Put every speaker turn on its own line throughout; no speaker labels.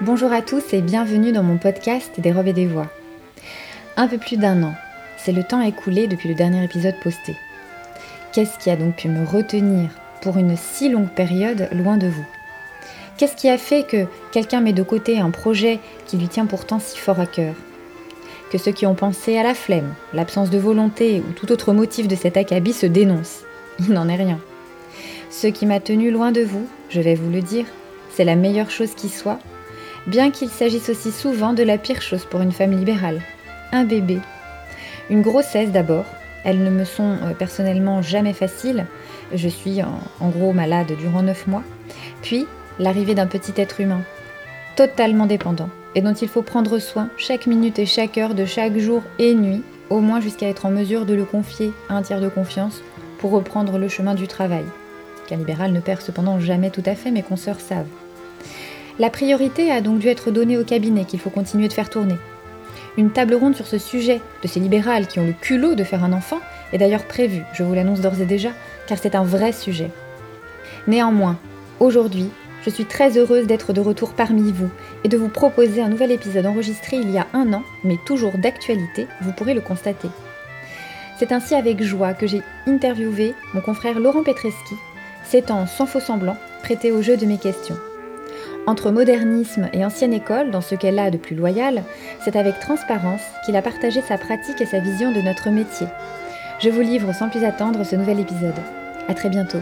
Bonjour à tous et bienvenue dans mon podcast Des robes et des voix. Un peu plus d'un an, c'est le temps écoulé depuis le dernier épisode posté. Qu'est-ce qui a donc pu me retenir pour une si longue période loin de vous Qu'est-ce qui a fait que quelqu'un met de côté un projet qui lui tient pourtant si fort à cœur Que ceux qui ont pensé à la flemme, l'absence de volonté ou tout autre motif de cet acabit se dénoncent. Il n'en est rien. Ce qui m'a tenu loin de vous, je vais vous le dire, c'est la meilleure chose qui soit, bien qu'il s'agisse aussi souvent de la pire chose pour une femme libérale, un bébé. Une grossesse d'abord, elles ne me sont euh, personnellement jamais faciles, je suis en, en gros malade durant 9 mois, puis l'arrivée d'un petit être humain, totalement dépendant, et dont il faut prendre soin chaque minute et chaque heure de chaque jour et nuit, au moins jusqu'à être en mesure de le confier à un tiers de confiance pour reprendre le chemin du travail, qu'un libéral ne perd cependant jamais tout à fait, mes consoeurs savent. La priorité a donc dû être donnée au cabinet qu'il faut continuer de faire tourner. Une table ronde sur ce sujet de ces libérales qui ont le culot de faire un enfant est d'ailleurs prévue, je vous l'annonce d'ores et déjà, car c'est un vrai sujet. Néanmoins, aujourd'hui, je suis très heureuse d'être de retour parmi vous et de vous proposer un nouvel épisode enregistré il y a un an, mais toujours d'actualité, vous pourrez le constater. C'est ainsi avec joie que j'ai interviewé mon confrère Laurent Petreski, s'étant sans faux semblant prêté au jeu de mes questions. Entre modernisme et ancienne école, dans ce qu'elle a de plus loyal, c'est avec transparence qu'il a partagé sa pratique et sa vision de notre métier. Je vous livre sans plus attendre ce nouvel épisode. À très bientôt.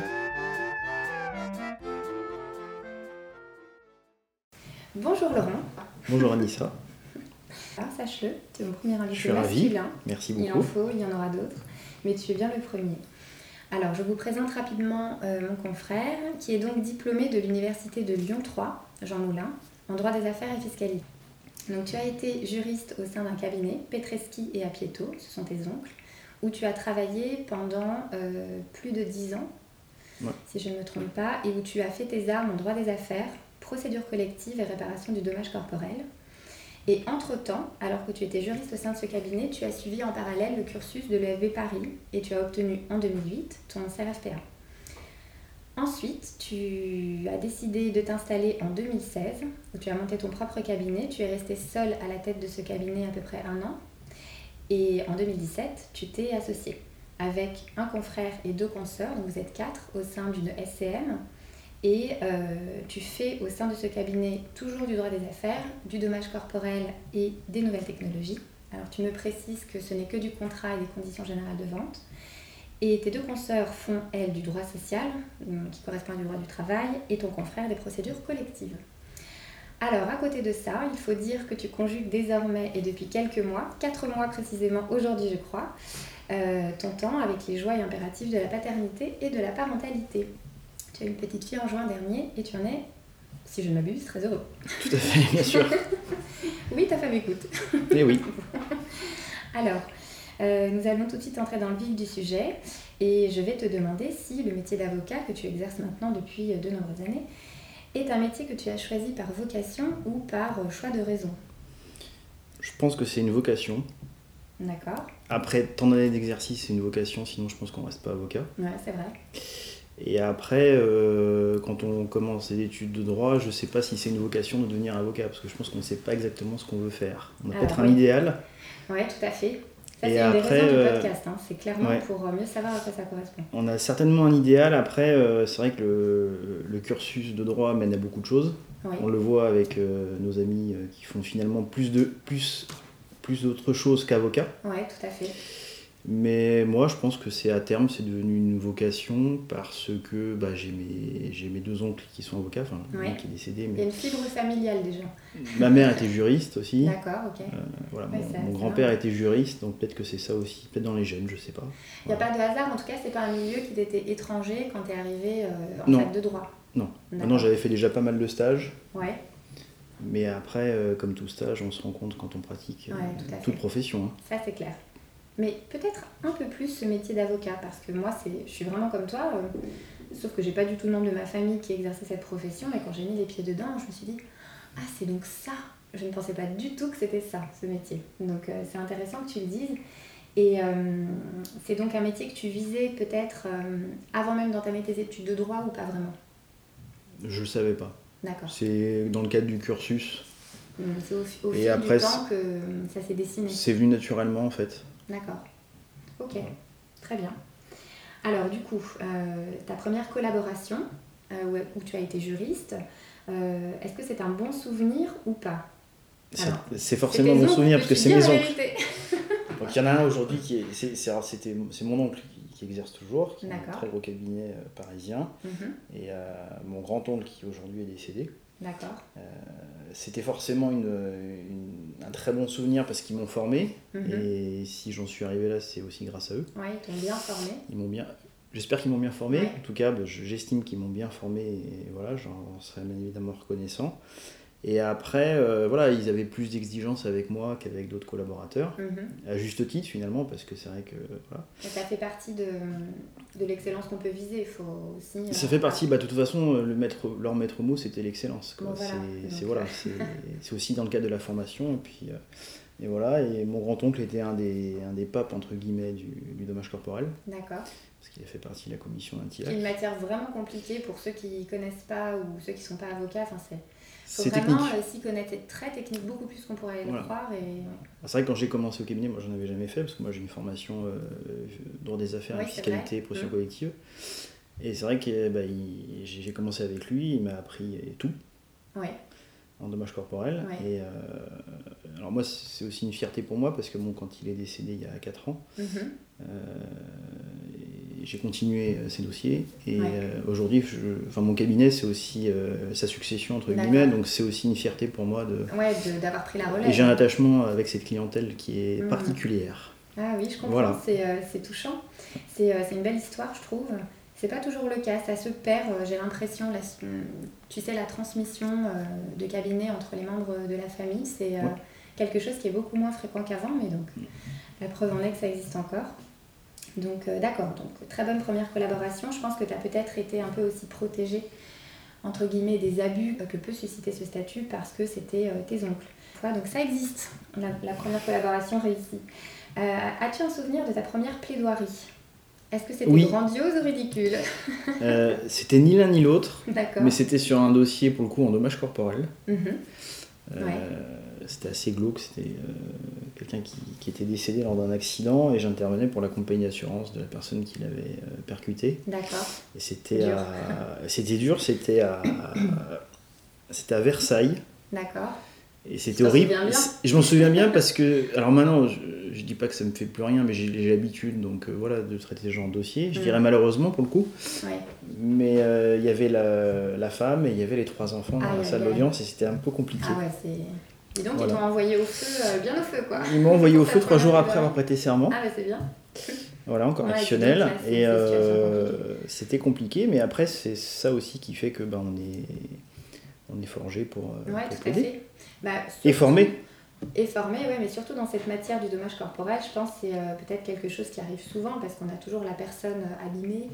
Bonjour Laurent.
Bonjour Anissa.
Alors sache-le, tu es mon premier invité
Je suis ravi.
masculin.
Merci
Il en
beaucoup.
faut, il y en aura d'autres, mais tu es bien le premier. Alors, je vous présente rapidement euh, mon confrère, qui est donc diplômé de l'Université de Lyon 3, Jean Moulin, en droit des affaires et fiscalité. Donc, tu as été juriste au sein d'un cabinet, Petreski et Apieto, ce sont tes oncles, où tu as travaillé pendant euh, plus de 10 ans,
Ouais.
si je ne me trompe pas, et où tu as fait tes armes en droit des affaires, procédure collective et réparation du dommage corporel. Et entre-temps, alors que tu étais juriste au sein de ce cabinet, tu as suivi en parallèle le cursus de l'EFB Paris et tu as obtenu en 2008 ton CRFPA. Ensuite, tu as décidé de t'installer en 2016, où tu as monté ton propre cabinet. Tu es resté seule à la tête de ce cabinet à peu près un an. Et en 2017, tu t'es associée avec un confrère et deux consoeurs, donc vous êtes quatre, au sein d'une SCM. Et euh, tu fais au sein de ce cabinet toujours du droit des affaires, du dommage corporel et des nouvelles technologies. Alors tu me précises que ce n'est que du contrat et des conditions générales de vente. Et tes deux consoeurs font, elles, du droit social, hum, qui correspond à du droit du travail, et ton confrère des procédures collectives. Alors, à côté de ça, il faut dire que tu conjugues désormais et depuis quelques mois, quatre mois précisément aujourd'hui je crois, euh, ton temps avec les joies et impératifs de la paternité et de la parentalité. Tu as une petite fille en juin dernier et tu en es, si je ne m'abuse, très heureux.
Tout à fait, bien sûr.
Oui, ta femme écoute.
Et oui.
Alors, euh, nous allons tout de suite entrer dans le vif du sujet et je vais te demander si le métier d'avocat que tu exerces maintenant depuis euh, de nombreuses années est un métier que tu as choisi par vocation ou par euh, choix de raison.
Je pense que c'est une vocation.
D'accord
Après tant d'années d'exercice, c'est une vocation, sinon je pense qu'on reste pas avocat.
Ouais, c'est vrai.
Et après, euh, quand on commence des études de droit, je sais pas si c'est une vocation de devenir avocat, parce que je pense qu'on ne sait pas exactement ce qu'on veut faire. On a
Alors,
peut-être un
oui.
idéal.
Ouais, tout à fait. Ça,
Et
c'est une des
après,
raisons du
euh,
podcast. hein. C'est clairement
ouais.
pour euh, mieux savoir à quoi ça correspond.
On a certainement un idéal. Après, euh, c'est vrai que le, le cursus de droit mène à beaucoup de choses.
Oui.
On le voit avec euh, nos amis euh, qui font finalement plus de plus, plus d'autres choses qu'avocats.
Ouais, tout à fait.
Mais moi, je pense que c'est à terme, c'est devenu une vocation parce que bah, j'ai mes, j'ai mes deux oncles qui sont avocats, enfin,
Ouais.
un qui est décédé,
Il y a
mais
une fibre familiale déjà.
ma mère était juriste aussi.
D'accord, ok.
Voilà,
Ouais,
mon-
ça-
mon
ça
grand-père était juriste, donc peut-être que c'est ça aussi, peut-être dans les jeunes, je sais pas.
Il n'y a pas de hasard, en tout cas, c'est pas un milieu qui t'était étranger quand t'es arrivé euh, en
Non.
fac de droit.
Non.
D'accord.
Maintenant, j'avais fait déjà pas mal de stages,
Ouais,
mais après, euh, comme tout stage, on se rend compte quand on pratique euh,
Ouais, tout à fait.
toute profession. hein.
ça c'est clair. Mais peut-être un peu plus ce métier d'avocat, parce que moi, c'est, je suis vraiment comme toi, euh, sauf que j'ai pas du tout le membre de ma famille qui exerçait cette profession, et quand j'ai mis les pieds dedans, je me suis dit, ah, c'est donc ça Je ne pensais pas du tout que c'était ça, ce métier. Donc euh, c'est intéressant que tu le dises. Et euh, c'est donc un métier que tu visais peut-être euh, avant même d'entamer tes études de droit ou pas vraiment
Je le savais pas.
D'accord.
C'est dans le cadre du cursus.
Mm, C'est au, au
Et
fil
après,
du temps que euh, ça s'est dessiné.
C'est venu naturellement en fait.
D'accord. Ok,
Voilà.
très bien. Alors du coup, euh, ta première collaboration euh, où- où tu as été juriste, euh, est-ce que c'est un bon souvenir ou pas
C'est-
Alors,
C'est
C'est
forcément
tes
mon
oncles, mais
souvenir parce que
tu
c'est
dis
mes
la
oncles.
vérité.
Donc il y en a un aujourd'hui qui est. C'est c'est- alors, c'était- c'est mon oncle qui, qui exerce toujours, qui est un
D'accord.
très gros cabinet euh, parisien.
Mhm,
Et euh, mon grand-oncle qui aujourd'hui est décédé. Euh,
D'accord.
C'était forcément une, une- un très bon souvenir parce qu'ils m'ont formé.
Mhm.
Et si j'en suis arrivé là, c'est aussi grâce à eux.
Ouais, ils t'ont bien formé.
Ils m'ont bien. J'espère qu'ils m'ont bien formé.
Ouais.
En tout cas, bah, je- j'estime qu'ils m'ont bien formé et voilà, j'en serais bien évidemment reconnaissant. Et après, euh, voilà, ils avaient plus d'exigences avec moi qu'avec d'autres collaborateurs,
Mhm.
à juste titre finalement, parce que c'est vrai que voilà.
Et Ça fait partie de, de l'excellence qu'on peut viser. Il faut aussi. euh,
Ça fait partie, bah, de toute façon, le maître, leur maître mot, c'était l'excellence. quoi.
Bon, voilà.
C'est- C'est
Donc, euh,
voilà, c'est c'est aussi dans le cadre de la formation. Et puis, euh, et voilà. Et mon grand oncle était un des, un des papes entre guillemets du, du dommage corporel,
D'accord.
parce qu'il a fait partie de la commission
C'est
anti-lac.
une matière vraiment compliquée pour ceux qui connaissent pas ou ceux qui sont pas avocats. Enfin, c'est faut
C'est
vraiment
technique.
euh, s'y connaître. C'est très technique, beaucoup plus qu'on pourrait le
Voilà.
croire. Et...
Alors, C'est vrai que quand j'ai commencé au cabinet, moi j'en avais jamais fait parce que moi j'ai une formation euh, droit des affaires,
Oui,
et
c'est
fiscalité,
vrai.
pression
Mhm.
collective. Et c'est vrai que eh ben, il- j'ai j'ai commencé avec lui, il m'a appris eh, tout
Ouais.
en dommages corporels.
Ouais.
Et euh, alors moi c'est aussi une fierté pour moi parce que bon, quand il est décédé il y a 4 ans,
Mhm.
euh, et j'ai continué euh, ses dossiers. Et
Ouais.
euh, aujourd'hui, je- enfin, mon cabinet c'est aussi euh, sa succession entre
D'accord.
guillemets, donc c'est aussi une fierté pour moi de...
Ouais, de- d'avoir pris la relève.
Et j'ai un attachement avec cette clientèle qui est
Mhm.
particulière.
Ah oui, je comprends,
Voilà.
c'est euh, c'est touchant. C'est euh, c'est une belle histoire, je trouve. C'est pas toujours le cas, ça se perd, euh, j'ai l'impression. la- mm, Tu sais, la transmission euh, de cabinet entre les membres de la famille, c'est euh,
Ouais. Mm.
quelque chose qui est beaucoup moins fréquent qu'avant, mais donc la preuve en est que ça existe encore. Donc euh, d'accord, donc très bonne première collaboration. Je pense que tu as peut-être été un peu aussi protégée entre guillemets des abus euh, que peut susciter ce statut parce que c'était euh, tes oncles. Voilà, donc ça existe, la, la première collaboration réussie. Euh, As-tu un souvenir de ta première plaidoirie Est-ce que c'était
Oui.
grandiose ou ridicule
Euh, c'était ni l'un ni l'autre,
D'accord.
mais c'était sur un dossier pour le coup en dommage corporel.
Mhm.
Euh,
Ouais.
C'était assez glauque, c'était euh, quelqu'un qui, qui était décédé lors d'un accident et j'intervenais pour la compagnie d'assurance de la personne qui l'avait euh, percuté.
D'accord.
Et c'était
Dur.
à- c'était dur, c'était à, c'était à Versailles.
D'accord.
Et c'était
Tu t'en
horrible.
souviens bien
C'est- Je m'en souviens bien parce que, alors maintenant, je, je dis pas que ça me fait plus rien, mais j'ai j'ai l'habitude, donc euh, voilà, de traiter ce genre de dossier. Je
Mm.
dirais malheureusement pour le coup,
Ouais.
Mais euh, il y avait la, la femme et il y avait les trois enfants dans
Aïe,
la
aïe,
salle
aïe.
d'audience et c'était un peu compliqué.
Ah ouais, c'est. Dis donc,
Voilà.
ils t'ont envoyé au feu, euh, bien au feu quoi.
Ils m'ont envoyé au
Ça
feu
prend
trois
la
jours
douleur.
après avoir prêté serment.
Ah bah c'est bien.
Euh, Voilà, encore
Ouais,
additionnel.
c'est donc
Et
là, c'est une situation
euh, c'était compliqué, mais après, c'est ça aussi qui fait que ben, on est, on est forgé pour, euh,
Ouais,
pour
tout à
plaider.
fait. Bah,
Et
surtout-
formé.
Et formé, ouais, mais surtout dans cette matière du dommage corporel, je pense que c'est euh, peut-être quelque chose qui arrive souvent parce qu'on a toujours la personne euh, abîmée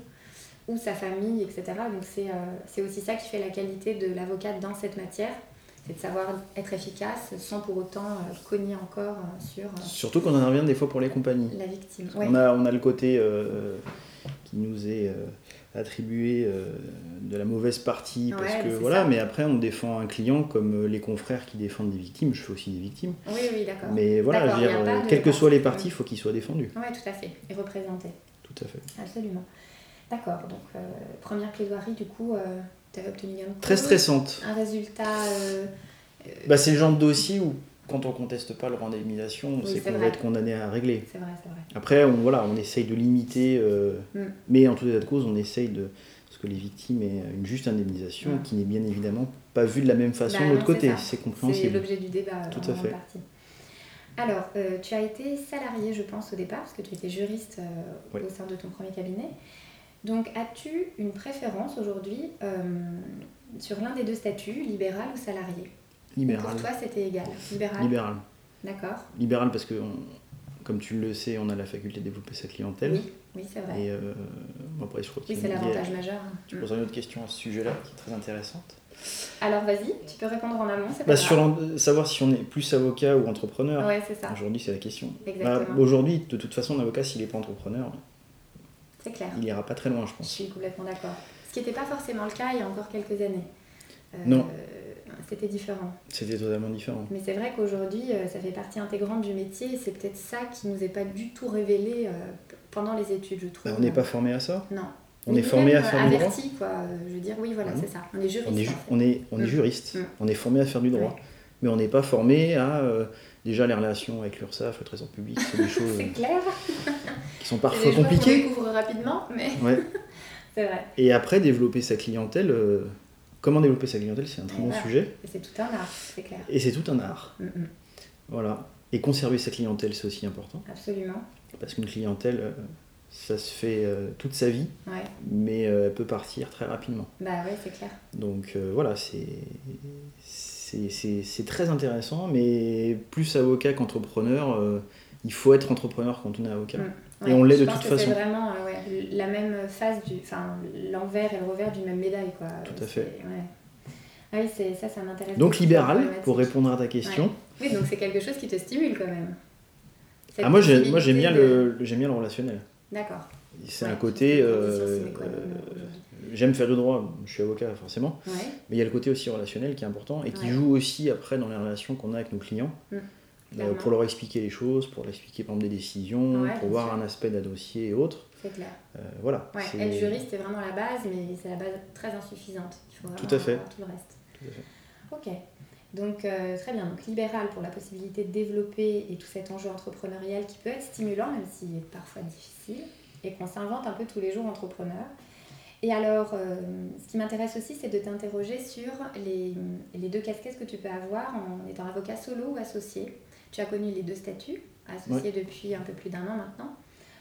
ou sa famille, etc. Donc c'est euh, c'est aussi ça qui fait la qualité de l'avocat dans cette matière, c'est de savoir être efficace sans pour autant euh, cogner encore euh, sur euh,
Surtout qu'on en revient des fois pour les compagnies.
la victime. Ouais.
On, a, on a le côté euh, qui nous est euh, attribué euh, de la mauvaise partie, parce
Ouais,
que
c'est
voilà,
ça.
mais après on défend un client comme euh, les confrères qui défendent des victimes, je fais aussi des victimes.
Oui, oui, d'accord.
Mais voilà,
Ah. D'accord,
je
il
veux
y
dire,
a pas
euh,
de
quelles que soient les
partie.
parties, il faut qu'ils soient défendus.
Ouais, tout à fait. Et représenté.
Tout à fait.
Absolument. D'accord, donc euh, première plaidoirie, du coup, tu avais obtenu gain de
Très
cause.
stressante.
Un résultat. euh,
Bah, c'est le genre de dossier où, quand on conteste pas leur indemnisation, on
Oui,
sait
c'est
qu'on va
vrai.
être condamné à régler.
C'est vrai, c'est vrai.
Après, on, voilà, on essaye de limiter, euh,
Mm.
mais en tout état de cause, on essaye de. Parce que les victimes aient une juste indemnisation
Mm.
qui n'est bien évidemment pas vue de la même façon
Bah
de l'autre
non, c'est
côté.
ça.
C'est
C'est
compréhensible.
l'objet du débat. euh,
Tout à
en grande
fait.
partie. Alors, euh, tu as été salarié, je pense, au départ, parce que tu étais juriste euh,
Oui.
au sein de ton premier cabinet. Donc, as-tu une préférence aujourd'hui euh, sur l'un des deux statuts, libéral ou salarié Ou
Libéral.
Pour toi, c'était égal. Libéral.
Libéral.
D'accord.
Libéral parce que, on- comme tu le sais, on a la faculté de développer sa clientèle.
Oui, oui c'est vrai.
Et euh, bon, après, je crois
Oui,
qu'il
c'est
y a-
l'avantage majeur. hein.
Tu poses une autre question à ce sujet-là qui est très intéressante.
Alors, vas-y, tu peux répondre en amont, c'est pas
Bah,
grave.
sur l'en- savoir si on est plus avocat ou entrepreneur,
Ouais, c'est ça,
aujourd'hui c'est la question. Bah,
exactement.
aujourd'hui, de toute façon, un avocat, s'il n'est pas entrepreneur,
C'est clair.
il ira pas très loin, je
Je
pense.
suis complètement d'accord. Ce qui n'était pas forcément le cas il y a encore quelques années. Euh,
Non.
C'était différent.
C'était totalement différent.
Mais c'est vrai qu'aujourd'hui, euh, ça fait partie intégrante du métier. et C'est peut-être ça qui nous est pas du tout révélé euh, p- pendant les études, je trouve.
Bah, on n'est pas formé à ça.
Non.
On
Ni
est formé à
même,
faire
euh,
du droit.
averti, quoi. Euh, Je veux dire, oui, voilà,
Ah non.
c'est ça. On est juriste.
On est, ju-
en fait.
on est, on est
Mm.
juriste.
Mm.
On est formé à faire du droit.
Ouais.
Mais on n'est pas formé à euh, déjà les relations avec l'URSSAF, le Trésor public. C'est des choses
C'est clair.
qui
C'est
sont euh, parfois
des choses qu'on
compliquées.
découvre rapidement, mais
Ouais.
c'est vrai.
Et après, développer sa clientèle. euh, comment développer sa clientèle, c'est un très
Ouais,
bon
voilà.
sujet.
C'est tout un art, c'est clair.
Et c'est tout un art.
Mm, mm.
Voilà. Et conserver sa clientèle, c'est aussi important.
Absolument.
Parce qu'une clientèle, euh, ça se fait euh, toute sa vie,
Ouais.
mais euh, elle peut partir très rapidement.
Bah ouais, c'est clair.
Donc euh, voilà, c'est- c'est c'est- c'est très intéressant, mais plus avocat qu'entrepreneur, euh, il faut être entrepreneur quand on est avocat.
Mm.
Et
Ouais,
on l'est
je
de
pense
toute
que
façon.
C'est vraiment euh, ouais, la même face du, enfin l'envers et le revers d'une même médaille quoi.
Tout
C'est-
à fait.
ouais. Ah oui, c'est ça, ça m'intéresse.
Donc
beaucoup, cette
libéral,
problématique.
pour répondre à ta question.
Oui, donc c'est quelque chose qui te stimule quand même. Cette
Ah, moi j'ai- moi, j'aime
possibilité
bien,
de-
le, le- j'aime bien le relationnel.
D'accord.
C'est
Ouais,
un côté.
c'est une
euh,
condition sine qua non,
euh,
aujourd'hui.
j'aime faire du droit, je suis avocat forcément,
euh, Ouais.
mais il y a le côté aussi relationnel qui est important et qui
Ouais.
joue aussi après dans les relations qu'on a avec nos clients.
Mm.
euh,
Clairement.
pour leur expliquer les choses, pour leur expliquer par exemple des décisions,
Ouais, bien
pour voir
sûr.
un aspect d'un dossier et autres.
C'est clair.
Euh, voilà.
Ouais,
c'est-
être juriste, c'est vraiment la base, mais c'est la base très insuffisante. Il faut vraiment
Tout à fait.
avoir tout le reste.
Tout à fait.
Ok. Donc, euh, très bien. Donc, libéral pour la possibilité de développer et tout cet enjeu entrepreneurial qui peut être stimulant, même s'il est parfois difficile, et qu'on s'invente un peu tous les jours entrepreneur. Et alors, euh, ce qui m'intéresse aussi, c'est de t'interroger sur les, les deux casquettes que tu peux avoir en étant avocat solo ou associé. Tu as connu les deux statuts, associé depuis un peu plus d'un an maintenant.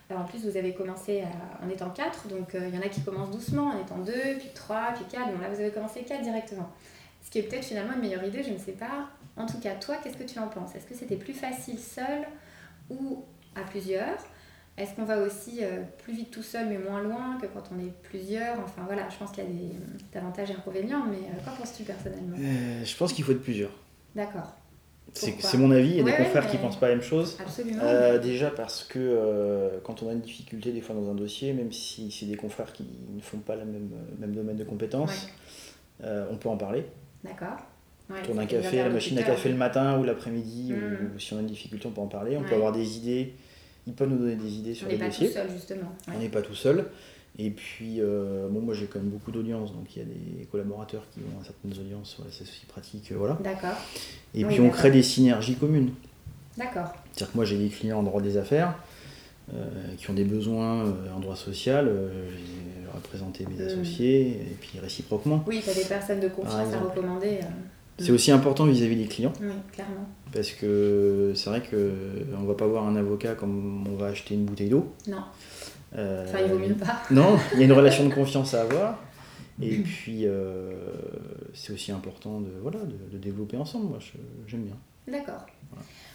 Alors, en plus, vous avez commencé à- en étant quatre, donc euh, il y en a qui commencent doucement, en étant deux, puis trois, puis quatre. Bon, là, vous avez commencé quatre directement. Ce qui est peut-être finalement une meilleure idée, je ne sais pas. En tout cas, toi, qu'est-ce que tu en penses Est-ce que c'était plus facile seul ou à plusieurs Est-ce qu'on va aussi euh, plus vite tout seul mais moins loin que quand on est plusieurs Enfin voilà, je pense qu'il y a des euh, avantages et inconvénients, mais euh, qu'en penses-tu personnellement
Euh, je pense qu'il faut être plusieurs.
D'accord,
C'est
Pourquoi
c'est mon avis, il y a
Ouais,
des
ouais,
confrères qui
mais-
pensent pas la même chose.
absolument.
Euh, déjà parce que euh, quand on a une difficulté des fois dans un dossier, même si c'est des confrères qui ne font pas le même, euh, même domaine de compétences, euh, on peut en parler.
D'accord. Ouais,
On tourne un
c'est des
café, la machine à café le
interlocuteurs.
matin ou l'après-midi,
euh. Mm.
ou si on a une difficulté, on peut en parler. On
Ouais.
peut avoir des idées, ils peuvent nous donner des idées sur
On
les
n'est pas tout
dossiers.
seul justement.
On
Ouais.
n'est pas tout seul. Et puis, euh, bon, moi j'ai quand même beaucoup d'audience, donc il y a des collaborateurs qui ont certaines audiences, voilà, c'est aussi pratique. euh, voilà.
D'accord,
Et
Oui,
puis on
d'accord.
crée des synergies communes.
d'accord.
C'est-à-dire que moi j'ai des clients en droit des affaires euh, qui ont des besoins euh, en droit social, euh, j'ai représenté mes
Mm.
associés et puis réciproquement.
Oui, tu as des personnes de confiance à
exemple.
recommander. euh,
C'est aussi important vis-à-vis des clients
Oui, clairement.
parce que c'est vrai qu'on va pas voir un avocat comme on va acheter une bouteille d'eau.
Non.
Euh,
Enfin, il vaut mieux pas. Mm.
Non, il y a une relation de confiance à avoir. Et puis, euh, c'est aussi important de, voilà, de, de développer ensemble. Moi, je- j'aime bien.
D'accord.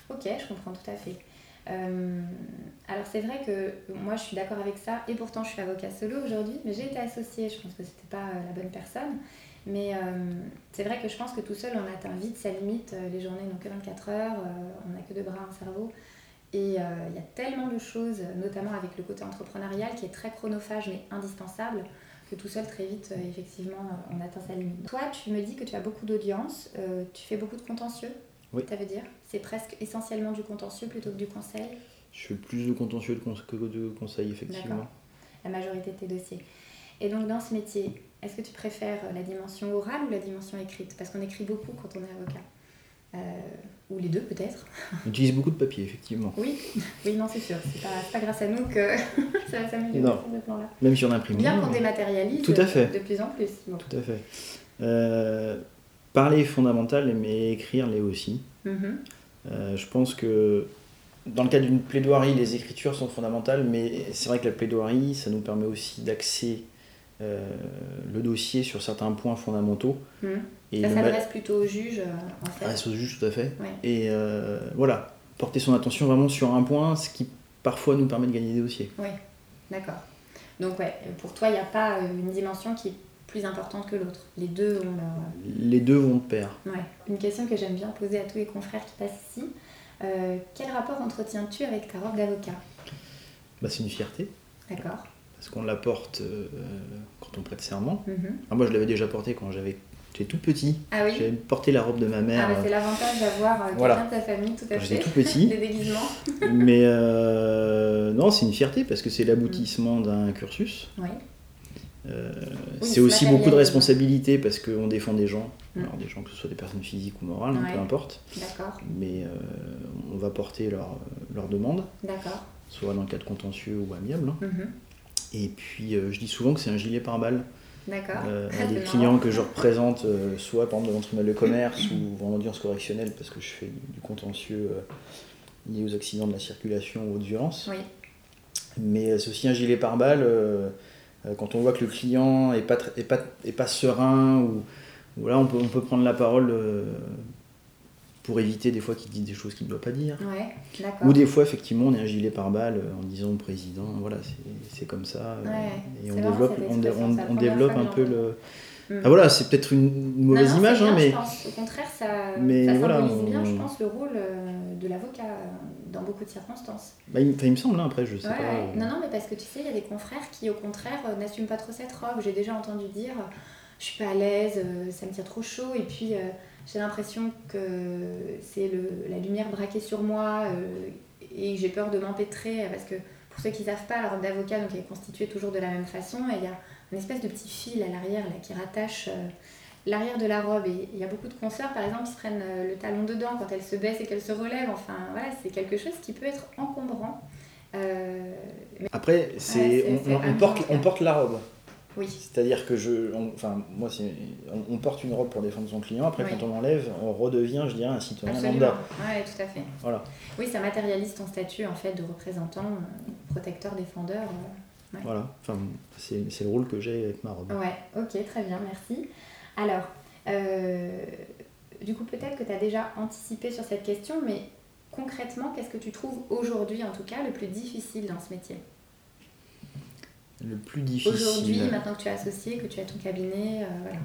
Ok, je comprends tout à fait. Euh, alors c'est vrai que moi je suis d'accord avec ça et pourtant je suis avocat solo aujourd'hui, mais j'ai été associée, je pense que c'était pas euh, la bonne personne. Mais euh, c'est vrai que je pense que tout seul on atteint vite sa limite, euh, les journées n'ont que 24 heures, euh, on n'a que deux bras, un cerveau. Et euh, il y a tellement de choses, notamment avec le côté entrepreneurial qui est très chronophage mais indispensable, que tout seul très vite euh, effectivement euh, on atteint sa limite. Toi tu me dis que tu as beaucoup d'audience, euh, tu fais beaucoup de contentieux
Oui.
ça veut dire C'est presque essentiellement du contentieux plutôt que du conseil,
Je fais plus de contentieux de cons- que de conseils, effectivement.
D'accord. la majorité de tes dossiers. Et donc dans ce métier, est-ce que tu préfères la dimension orale ou la dimension écrite Parce qu'on écrit beaucoup quand on est avocat. Euh, ou les deux peut-être.
On utilise beaucoup de papier, effectivement.
Oui, oui, non, c'est sûr. C'est pas, c'est pas grâce à nous que ça va s'améliorer
Non.
sur ce plan-là.
Même si on imprime.
Bien
moins,
qu'on
mais-
dématérialise
Tout à fait.
de plus en plus. Bon.
Tout à fait. Euh, parler est fondamental, mais écrire l'est aussi.
Mhm.
Euh, je pense que dans le cas d'une plaidoirie, les écritures sont fondamentales, mais c'est vrai que la plaidoirie, ça nous permet aussi d'axer euh, le dossier sur certains points fondamentaux.
Mhm.
Et
Ça
le ma-
s'adresse plutôt au juge euh, en fait.
Ah, c'est au juge, tout à fait.
Ouais.
Et euh, voilà, porter son attention vraiment sur un point, ce qui parfois nous permet de gagner des dossiers.
D'accord. Donc ouais, pour toi, il n'y a pas euh, une dimension qui est plus importante que l'autre. Les deux ont leur,
Les deux vont de pair.
Ouais. Une question que j'aime bien poser à tous les confrères qui passent ici. Euh, quel rapport entretiens-tu avec ta robe d'avocat
Bah, c'est une fierté,
D'accord.
parce qu'on la porte euh, quand on prête serment.
Mhm.
Ah, moi, je l'avais déjà porté quand j'avais J'étais tout petit.
Ah oui
J'avais porté la robe de ma mère.
Ah, bah, c'est l'avantage d'avoir euh, quelqu'un
Voilà.
de ta famille, tout à
quand j'étais
fait.
tout petit.
Des déguisements.
Mais euh, non, c'est une fierté parce que c'est l'aboutissement d'un cursus.
Oui.
Euh,
Mm. Oui,
c'est
c'est
aussi beaucoup de
matérialisé.
responsabilités parce qu'on défend des gens,
Mm.
alors des gens que ce soit des personnes physiques ou morales, hein,
Ouais.
peu importe,
D'accord,
mais euh, on va porter leur, leur demande,
d'accord.
soit dans le cadre contentieux ou amiable. hein.
Mhm.
Et puis euh, je dis souvent que c'est un gilet pare-balles
D'accord.
euh,
Ah,
à des
c'est
clients
marrant.
que je représente, euh, soit par exemple devant le tribunal de commerce ou en audience correctionnelle parce que je fais du, du contentieux euh, lié aux accidents de la circulation ou aux violences.
Oui,
Mais euh, c'est aussi un gilet pare-balles. euh, euh, quand on voit que le client est pas, tr- est pas, est pas serein, ou, ou là, on peut, on peut prendre la parole euh, pour éviter des fois qu'il dise des choses qu'il ne doit pas dire.
ouais, d'accord.
Ou des fois, effectivement, on est un gilet pare-balles euh, en disant au président, voilà, c'est- c'est comme ça. euh,
Ouais,
et
c'est
on
marrant,
développe,
cette
on, dé-
expression,
on-
c'est la
on
première
développe
fois
un
que
peu
j'en
le.
Mm.
Ah voilà, c'est peut-être une
Non,
mauvaise
non,
image,
c'est bien,
hein, mais.
je pense. Au contraire, ça,
Mais
ça
voilà,
symbolise
on-
bien, je pense, le rôle euh, de l'avocat euh, dans beaucoup de circonstances.
bah, il, enfin, il me semble, hein, après, je sais
Ouais,
pas.
ouais.
euh,
Non, non, mais parce que tu sais, il y a des confrères qui, au contraire, euh, n'assument pas trop cette robe. J'ai déjà entendu dire euh, je suis pas à l'aise, euh, ça me tient trop chaud, et puis euh, j'ai l'impression que c'est le- la lumière braquée sur moi euh, et j'ai peur de m'empêtrer euh, parce que. Pour ceux qui ne savent pas, la robe d'avocat donc, elle est constituée toujours de la même façon et il y a une espèce de petit fil à l'arrière là, qui rattache euh, l'arrière de la robe. Et il y a beaucoup de consoeurs, par exemple, qui se prennent euh, le talon dedans quand elle se baisse et qu'elle se relève. Enfin, voilà, c'est quelque chose qui peut être encombrant. Euh,
Après, c'est,
c'est-
on-
c'est
on- on
amusant,
porte,
en tout
on
cas.
porte la robe.
oui,
C'est-à-dire que je. on- enfin, moi, c'est, on, on porte une robe pour défendre son client. Après,
Oui.
quand on l'enlève, on redevient, je dirais, un citoyen
absolument.
lambda.
Ouais, tout à fait.
Voilà.
Oui, ça matérialise ton statut en fait de représentant, euh, protecteur, défendeur. euh,
Voilà. Enfin, c'est, c'est le rôle que j'ai avec ma robe.
Ouais, ok, très bien, merci. Alors, euh, du coup, peut-être que tu as déjà anticipé sur cette question, mais concrètement, qu'est-ce que tu trouves aujourd'hui, en tout cas, le plus difficile dans ce métier
Le plus
Aujourd'hui,
difficile.
maintenant que tu es associé, que tu as ton cabinet, euh, voilà.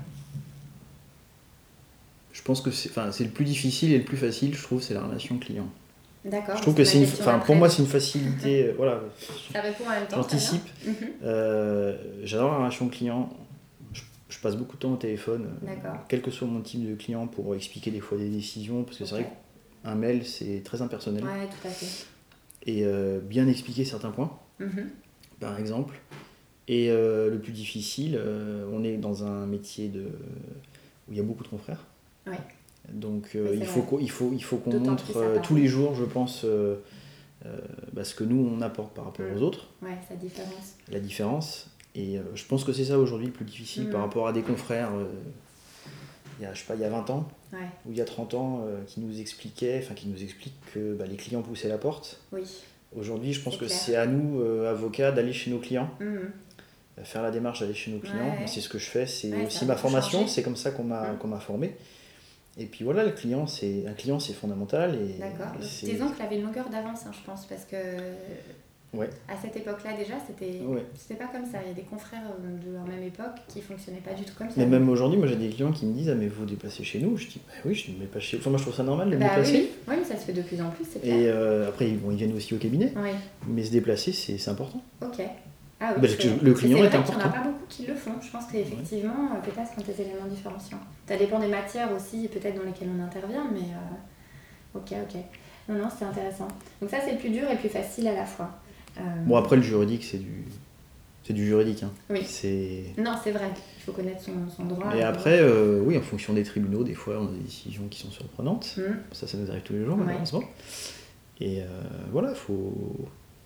Je pense que c'est, enfin, c'est le plus difficile et le plus facile, je trouve, c'est la relation client.
D'accord.
je trouve que
ma
c'est une,
Ah, question
enfin,
après.
pour moi, c'est une facilité. euh, voilà.
Ça répond en même temps. très bien.
J'anticipe.
Mhm,
Euh, j'adore la relation client. Je, je passe beaucoup de temps au téléphone, euh,
D'accord.
quel que soit mon type de client, pour expliquer des fois des décisions, parce que c'est
Ok.
vrai qu'un mail, c'est très impersonnel.
Ouais, tout à fait.
Et euh, bien expliquer certains points.
Mhm,
par exemple. Et euh, le plus difficile, euh, on est dans un métier de... où il y a beaucoup de confrères.
Ouais.
Donc euh,
Oui, c'est
il, faut
vrai.
qu'on, il, faut, il faut qu'on
D'autant
montre
plus ça
euh,
parle.
tous les jours, je pense, euh, euh, bah, ce que nous, on apporte par rapport
Mm.
aux autres,
Ouais, sa différence.
la différence. Et euh, je pense que c'est ça aujourd'hui le plus difficile
Mm.
par rapport à des confrères, euh, il y a, je sais pas, il y a 20 ans
Ouais,
ou il y a 30 ans, euh, qui nous expliquaient, enfin qui nous expliquent que bah, les clients poussaient la porte.
oui.
Aujourd'hui, je pense
C'est
que
clair.
c'est à nous, euh, avocats, d'aller chez nos clients euh,
Mhm,
faire la démarche d'aller chez nos clients.
Ouais.
Moi, C'est ce que je fais, c'est
Ouais, ça
aussi
a
ma
beaucoup
formation,
changé.
c'est comme ça qu'on m'a
Mm.
qu'on m'a formé. Et puis voilà, le client, c'est un client, c'est fondamental et,
D'accord.
et
Donc,
c'est-
Tes oncles avaient une longueur d'avance, hein, je pense, parce que
Ouais.
à cette époque-là déjà, c'était
Ouais.
C'était pas comme ça. Il y a des confrères euh, de leur même époque qui fonctionnaient pas du tout comme ça.
Mais même aujourd'hui, moi j'ai des clients qui me disent ah mais vous vous déplacez chez nous. Je dis bah oui, je ne me déplace chez. Enfin moi je trouve ça normal de me
bah, oui,
déplacer.
oui. Oui, mais ça se fait de plus en plus, c'est clair.
Et euh, après ils- bon, ils viennent aussi au cabinet,
Oui,
mais se déplacer c'est c'est important.
ok. Ah oui, c'est-
Parce Bah, que le
parce c'est
client est
vrai qu'il y en a
important.
pas beaucoup qui le font. Je pense qu'effectivement, euh, peut-être quand des éléments différenciants. Ça dépend des matières aussi, et peut-être dans lesquelles on intervient, mais euh, ok, ok. Non, non, c'est intéressant. Donc ça, c'est le plus dur et le plus facile à la fois. Euh,
Bon après le juridique c'est du c'est du juridique. Hein.
Oui.
C'est
Non, c'est vrai. Il faut connaître son, son droit.
et
euh,
après euh, oui en fonction des tribunaux des fois on a des décisions qui sont surprenantes.
hmm.
Ça, ça nous arrive tous les jours,
Ouais.
malheureusement. Et euh, voilà, faut...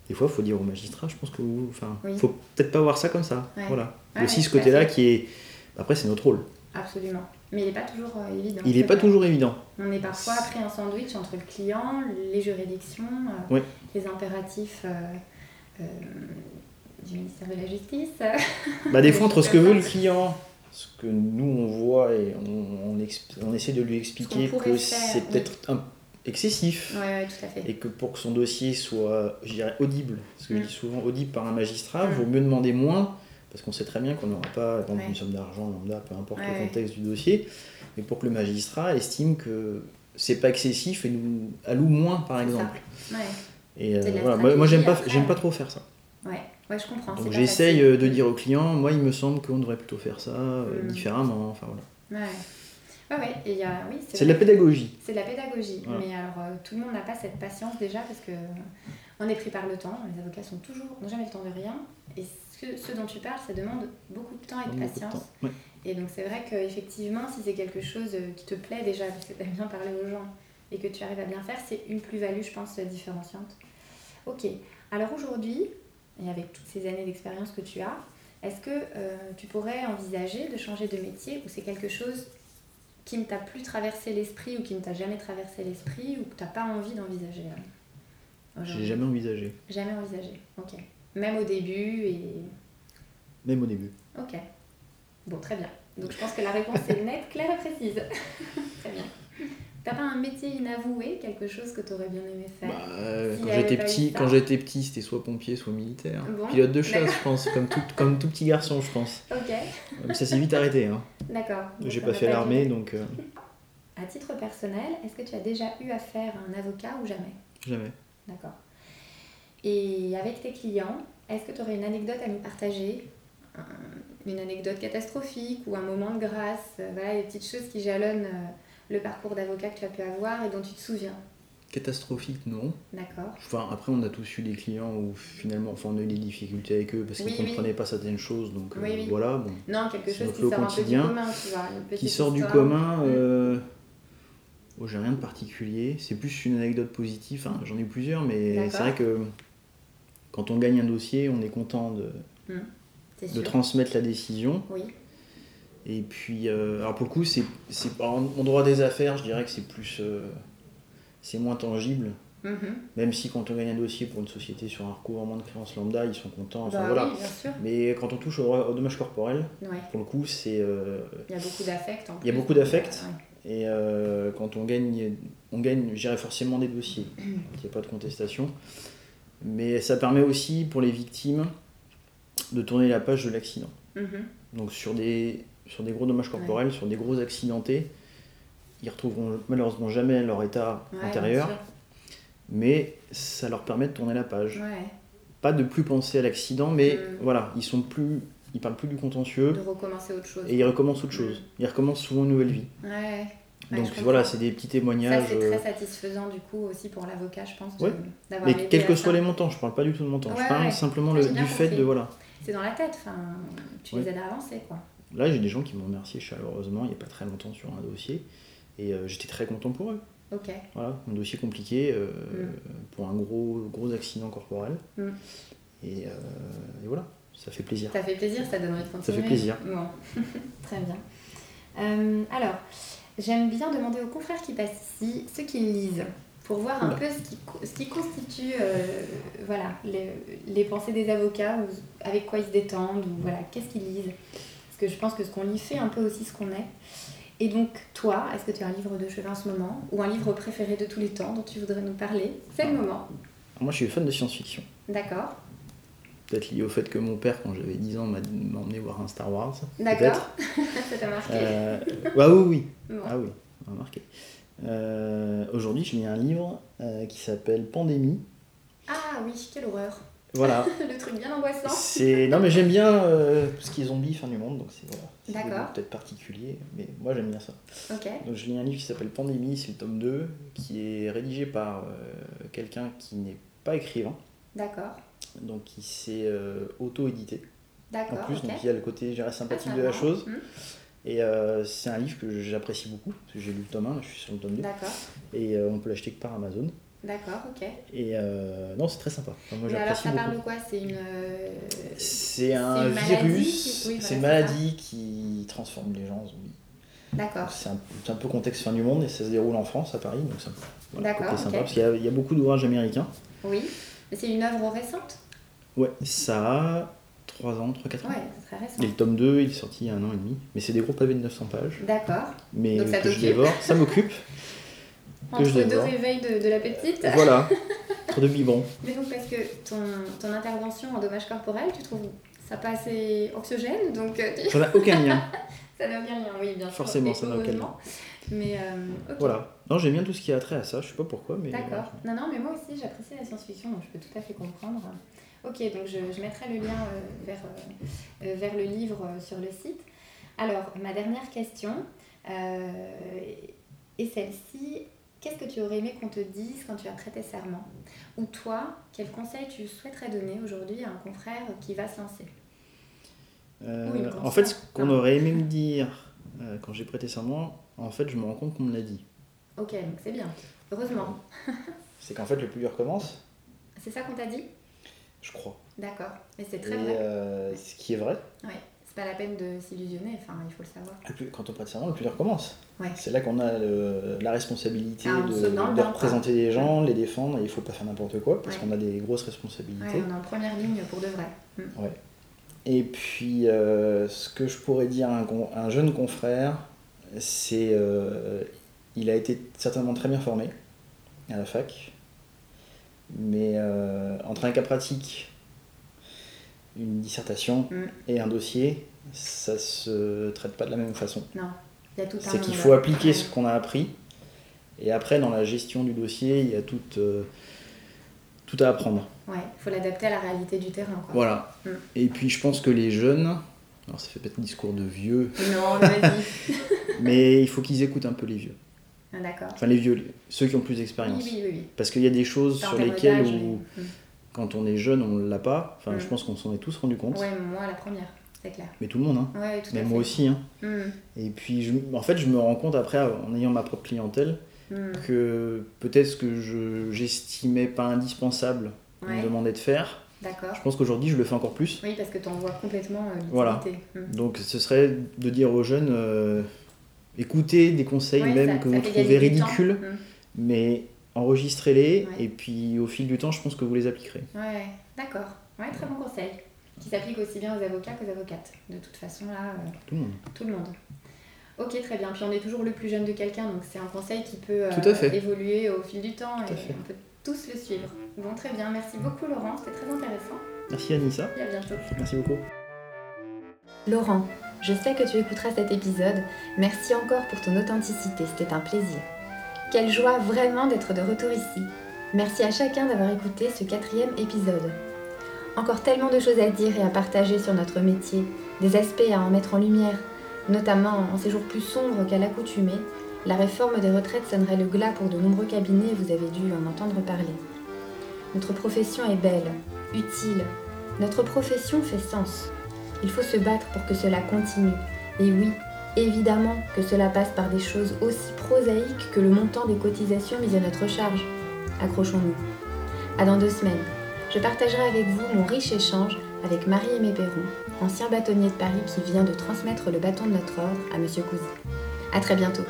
des fois, il faut dire au magistrat, je pense que vous... Enfin,
Oui.
faut peut-être pas voir ça comme ça.
Ouais.
Voilà. Il y a
Ouais,
aussi ce
tout à
côté-là
fait.
qui est... Après, c'est notre rôle.
Absolument. Mais il n'est pas toujours euh, évident.
Il n'est
c'est
pas
vrai.
toujours évident.
On est parfois après un sandwich entre le client, les juridictions, euh,
Oui.
les impératifs euh, euh, du ministère de la Justice.
Bah, des
Mais
fois,
je
entre
suis
ce que veut le
d'accord.
client, ce que nous, on voit et on, on exp- on essaie de lui expliquer
pourrait
que
faire,
c'est
oui.
peut-être un- excessif
Oui, ouais, tout à fait.
et que pour que son dossier soit, je dirais, audible, parce que
Mm.
je dis souvent audible par un magistrat,
Mm.
vaut mieux demander moins, parce qu'on sait très bien qu'on n'aura pas, par exemple,
Ouais.
une somme d'argent lambda, peu importe
Ouais, ouais.
le contexte du dossier, mais pour que le magistrat estime que c'est pas excessif et nous alloue moins, par
C'est ça.
exemple.
Ouais,
Et euh,
C'est de la
voilà, moi, moi, j'aime pas,
stratégie,
j'aime
après.
pas trop faire ça.
ouais, ouais, je comprends. c'est
Donc
pas
j'essaye
facile.
euh, de dire au client, moi il me semble qu'on devrait plutôt faire ça euh,
Mm.
différemment, enfin voilà.
Ouais. Ouais, ouais, et il y a- oui,
C'est de la pédagogie.
C'est de la pédagogie,
Ouais.
mais alors euh, tout le monde n'a pas cette patience déjà parce que on est pris par le temps. Les avocats sont toujours n'ont jamais le temps de rien et ce, ce dont tu parles, ça demande beaucoup de temps et
Prendre
de
beaucoup de
patience.
temps. Ouais.
Et donc c'est vrai qu'effectivement, si c'est quelque chose euh, qui te plaît déjà parce que tu bien parler aux gens et que tu arrives à bien faire, c'est une plus-value, je pense, euh, différenciante. Ok. Alors aujourd'hui, et avec toutes ces années d'expérience que tu as, est-ce que euh, tu pourrais envisager de changer de métier ou c'est quelque chose qui ne t'a plus traversé l'esprit ou qui ne t'a jamais traversé l'esprit ou que tu n'as pas envie d'envisager euh,
Je
aujourd'hui
l'ai jamais envisagé,
Jamais envisagé, ok. Même au début et...
même au début.
Ok. Bon, très bien. Donc je pense que la réponse est nette, claire et précise. très bien. T'as pas un métier inavoué, quelque chose que t'aurais bien aimé faire
Bah, euh,
S'il y
quand
avait
j'étais
pas eu
petit,
ça.
quand j'étais petit, c'était soit pompier, soit militaire,
Bon,
pilote de
d'accord.
chasse, je pense, comme tout, comme tout petit garçon, je pense.
Ok,
Mais ça s'est vite arrêté. Hein.
d'accord. Donc,
Bah. J'ai
ça
pas
t'a
fait l'armée,
aidé.
donc euh,
À titre personnel, est-ce que tu as déjà eu affaire à un avocat ou jamais
jamais.
D'accord. Et avec tes clients, est-ce que tu aurais une anecdote à nous partager Un- Une anecdote catastrophique ou un moment de grâce euh, Voilà, les petites choses qui jalonnent euh, le parcours d'avocat que tu as pu avoir et dont tu te souviens.
Catastrophique, non.
D'accord.
Enfin, après, on a tous eu des clients où finalement, enfin, on a eu des difficultés avec eux parce qu'ils
Oui, oui.
comprenaient pas certaines choses, donc euh,
Oui, oui.
voilà. Bon.
Non, quelque
Ça
chose
nous
qui
fait au
sort un peu du
quotidien,
commun, tu vois. une
Qui
petite
sort du
histoire. Mm.
commun, euh, oh, j'ai rien de particulier. C'est plus une anecdote positive. Enfin, j'en ai eu plusieurs, mais
D'accord.
c'est vrai que quand on gagne un dossier, on est content de,
C'est
de
sûr.
transmettre la décision.
Oui,
Et puis, euh, alors pour le coup, c'est, c'est, en, en droit des affaires, je dirais que c'est plus. euh, c'est moins tangible.
Mhm.
Même si quand on gagne un dossier pour une société sur un recouvrement de créances lambda, ils sont contents. Enfin
Bah
voilà.
oui, bien sûr.
Mais quand on touche au, droit- au dommage corporel,
Ouais.
pour le coup, c'est. euh,
Il y a beaucoup d'affect en
Il y a
plus.
beaucoup d'affect.
Ouais.
et euh, quand on gagne, on gagne, je dirais forcément des dossiers. Il n'y a pas de contestation. Mais ça permet aussi pour les victimes de tourner la page de l'accident.
Mhm.
Donc sur des, sur des gros dommages corporels, sur des gros accidentés, ils retrouveront malheureusement jamais leur état
Ouais,
antérieur,
bien sûr.
mais ça leur permet de tourner la page.
Ouais.
Pas de plus penser à l'accident, mais
Mm.
voilà, ils sont plus, ils parlent plus du
De
contentieux
recommencer autre chose.
et ils recommencent autre chose. Ils recommencent souvent une nouvelle vie.
Ouais. mm. Ouais, je
Donc
comprends.
voilà, c'est des petits
Ça,
témoignages.
c'est
euh,
très satisfaisant du coup aussi pour l'avocat, je pense, de-
Ouais.
d'avoir
Mais
aidé
quels
à
que
ça.
soient les montants, je parle pas du tout de montant,
Ouais,
je parle
ouais.
simplement
Ça,
le-
j'ai bien
du fait
compris.
de voilà.
C'est dans la tête, enfin, tu les
Ouais.
aides à avancer, quoi.
Là, j'ai des gens qui m'ont remercié chaleureusement il n'y a pas très longtemps sur un dossier et euh, j'étais très content pour eux.
Ok.
Voilà, un dossier compliqué euh, pour un gros, gros accident corporel.
Mm.
Et, euh, et voilà, ça fait plaisir.
Ça fait plaisir, ça donne envie de
Ça
continuer.
fait plaisir.
Bon, très bien. Euh, alors, j'aime bien demander aux confrères qui passent ici ce qu'ils lisent pour voir un
Oula.
peu ce qui, co- ce qui constitue euh, voilà, les, les pensées des avocats, ou avec quoi ils se détendent, ou voilà, qu'est-ce qu'ils lisent. Parce que je pense que ce qu'on lit fait un peu aussi ce qu'on est. Et donc, toi, est-ce que tu as un livre de chevet en ce moment, ou un livre préféré de tous les temps dont tu voudrais nous parler C'est le
Ah.
moment.
Moi, je suis fan de science-fiction.
D'accord
Peut-être lié au fait que mon père, quand j'avais 10 ans, m'a m'a emmené voir un Star Wars.
D'accord Ça t'a marqué
Euh, bah oui, oui.
Bon.
Ah oui, on a marqué. Euh, Aujourd'hui, je lis un livre euh, qui s'appelle Pandémie.
Ah oui, quelle horreur
Voilà,
Le truc bien angoissant.
c'est. Non, mais j'aime bien euh, tout ce qui est zombie, fin du monde, donc c'est voilà. C'est des
D'accord.
goûts Peut-être particulier, mais moi j'aime bien ça.
Ok.
Donc je lis un livre qui s'appelle Pandémie, c'est le tome 2, qui est rédigé par euh, quelqu'un qui n'est pas écrivain,
D'accord.
donc qui s'est euh, auto-édité en
D'accord.
plus,
ok.
donc il y a le côté je dirais,
Ah,
sympathique
ça
de la
va.
chose.
Hmm,
Et euh, c'est un livre que j'apprécie beaucoup, parce que j'ai lu le tome 1, là, je suis sur le tome 2,
D'accord.
et euh, on peut l'acheter que par Amazon.
D'accord. Ok.
Et euh, non, c'est très sympa, Enfin, moi
Mais alors
j'apprécie
ça parle
beaucoup.
de quoi C'est une. euh,
C'est un
une maladie
virus,
qui- oui, voilà,
c'est une
c'est ça. Ah.
maladie qui transforme les gens en zombies.
D'accord.
C'est un, c'est un peu contexte fin du monde et ça se déroule en France, à Paris, donc ça voilà,
D'accord,
côté sympa,
ok.
parce qu'il y a- il y, a beaucoup d'ouvrages américains.
Oui. Mais c'est une œuvre récente.
Ouais, ça a 3 ans, 3-4 ans.
Ouais, c'est très récent.
Et le tome 2, il est sorti il y a un an et demi. Mais c'est des gros pavés de 900 pages,
D'accord.
mais
Donc ça
que je
t'occupe.
dévore, ça m'occupe. Que je
Entre deux
dévore.
réveils de, de la petite.
voilà, trop de biberon.
Mais donc parce que ton, ton intervention en dommages corporels, tu trouves ça pas assez anxiogène, donc euh, tu-
Ça n'a aucun lien,
ça n'a bien rien. Oui, bien sûr.
Forcément,
et
ça n'a aucun lien.
heureusement. Mais euh, ok.
voilà. Non, j'aime bien tout ce qui a trait à ça, je sais pas pourquoi, mais...
D'accord. Non, non, mais moi aussi, j'apprécie la science-fiction, donc je peux tout à fait comprendre. Ok, donc je, je mettrai le lien euh, vers, euh, euh, vers le livre euh, sur le site.
Alors, ma dernière question euh, est celle-ci. Qu'est-ce que tu aurais aimé qu'on te dise quand tu as prêté serment Ou toi, quel conseil tu souhaiterais donner aujourd'hui à un confrère qui va se lancer
Euh,
Oui, comme
en
ça.
fait, ce qu'on
Ah.
aurait aimé me dire euh, quand j'ai prêté serment, en fait, je me rends compte qu'on me l'a dit.
Ok, donc c'est bien. Heureusement.
C'est qu'en fait, le plus dur commence,
C'est ça qu'on t'a dit
je crois.
D'accord. Mais c'est
Et
très vrai.
euh, ce qui est vrai,
Oui. C'est pas la peine de s'illusionner, enfin, il faut le savoir.
le plus- quand on prête serment, le plus dur commence.
Ouais.
C'est là qu'on a le- la responsabilité
Ah, on
de,
saute dans le
de
bain, quoi.
représenter les gens, les défendre, et il faut pas faire n'importe quoi, parce
Ouais.
qu'on a des grosses responsabilités.
Ouais, on est en première ligne pour de vrai. Hmm.
Et puis, euh, ce que je pourrais dire à un, con- à un jeune confrère, c'est euh, il a été certainement très bien formé à la fac, mais euh, entre un cas pratique, une dissertation
Mm.
et un dossier, ça se traite pas de la même façon.
Non, il y a tout un
C'est qu'il
monde.
faut appliquer
Ouais.
ce qu'on a appris. Et après, dans la gestion du dossier, il y a tout, euh, tout à apprendre.
Ouais, il faut l'adapter à la réalité du terrain. Quoi.
Voilà.
Mm.
Et puis, je pense que les jeunes, alors ça fait peut-être discours de vieux,
Non, vas-y.
mais il faut qu'ils écoutent un peu les vieux.
Ah, D'accord.
Enfin, les vieux, les- ceux qui ont le plus
Oui,
d'expérience.
oui, oui. oui.
Parce qu'il y a des choses
Pas en
sur
termes
lesquelles,
d'âge,
où,
mais- Hmm.
quand on est jeune, on l'a pas. Enfin,
Mm.
je pense qu'on s'en est tous rendu compte.
Ouais, moi la première, c'est clair.
Mais tout le monde, hein.
Ouais, tout à
Mais
fait.
moi aussi, hein.
Hmm,
Et puis, je- en fait, je me rends compte après, en ayant ma propre clientèle,
hmm.
que peut-être ce que je- j'estimais pas indispensable on me
Ouais,
demandait de faire.
d'accord.
Je pense qu'aujourd'hui, je le fais encore plus.
Oui, parce que t'en vois complètement euh, l'utilité.
Voilà.
Hmm.
Donc, ce serait de dire aux jeunes, euh, écoutez des conseils
Ouais,
même
ça-
que
ça
vous
fait
trouvez
gagner du temps. Mm.
ridicules, mais enregistrez-les
Ouais.
et puis au fil du temps, je pense que vous les appliquerez.
Hmm. Ouais, d'accord. Ouais, très bon conseil. Qui s'applique aussi bien aux avocats qu'aux avocates. De toute façon, là, euh,
Tout le monde.
tout le monde. Ok, très bien. Puis on est toujours le plus jeune de quelqu'un, donc c'est un conseil qui peut euh,
Tout à fait.
évoluer au fil du temps
Tout à
et
fait.
on peut tous le suivre. Bon, très bien. Merci beaucoup, Laurent. C'était très intéressant.
Merci Anissa.
Et à bientôt.
Merci beaucoup.
Laurent, je sais que tu écouteras cet épisode. Merci encore pour ton authenticité, c'était un plaisir. Quelle joie vraiment d'être de retour ici. Merci à chacun d'avoir écouté ce quatrième épisode. Encore tellement de choses à dire et à partager sur notre métier, des aspects à en mettre en lumière, notamment en ces jours plus sombres qu'à l'accoutumée. La réforme des retraites sonnerait le glas pour de nombreux cabinets, vous avez dû en entendre parler. Notre profession est belle, utile. Notre profession fait sens. Il faut se battre pour que cela continue. Et oui, évidemment que cela passe par des choses aussi prosaïques que le montant des cotisations mises à notre charge. Accrochons-nous. À dans deux semaines, je partagerai avec vous mon riche échange avec Marie-Aimée Perron, ancien bâtonnier de Paris qui vient de transmettre le bâton de notre ordre à Monsieur Cousy. À très bientôt.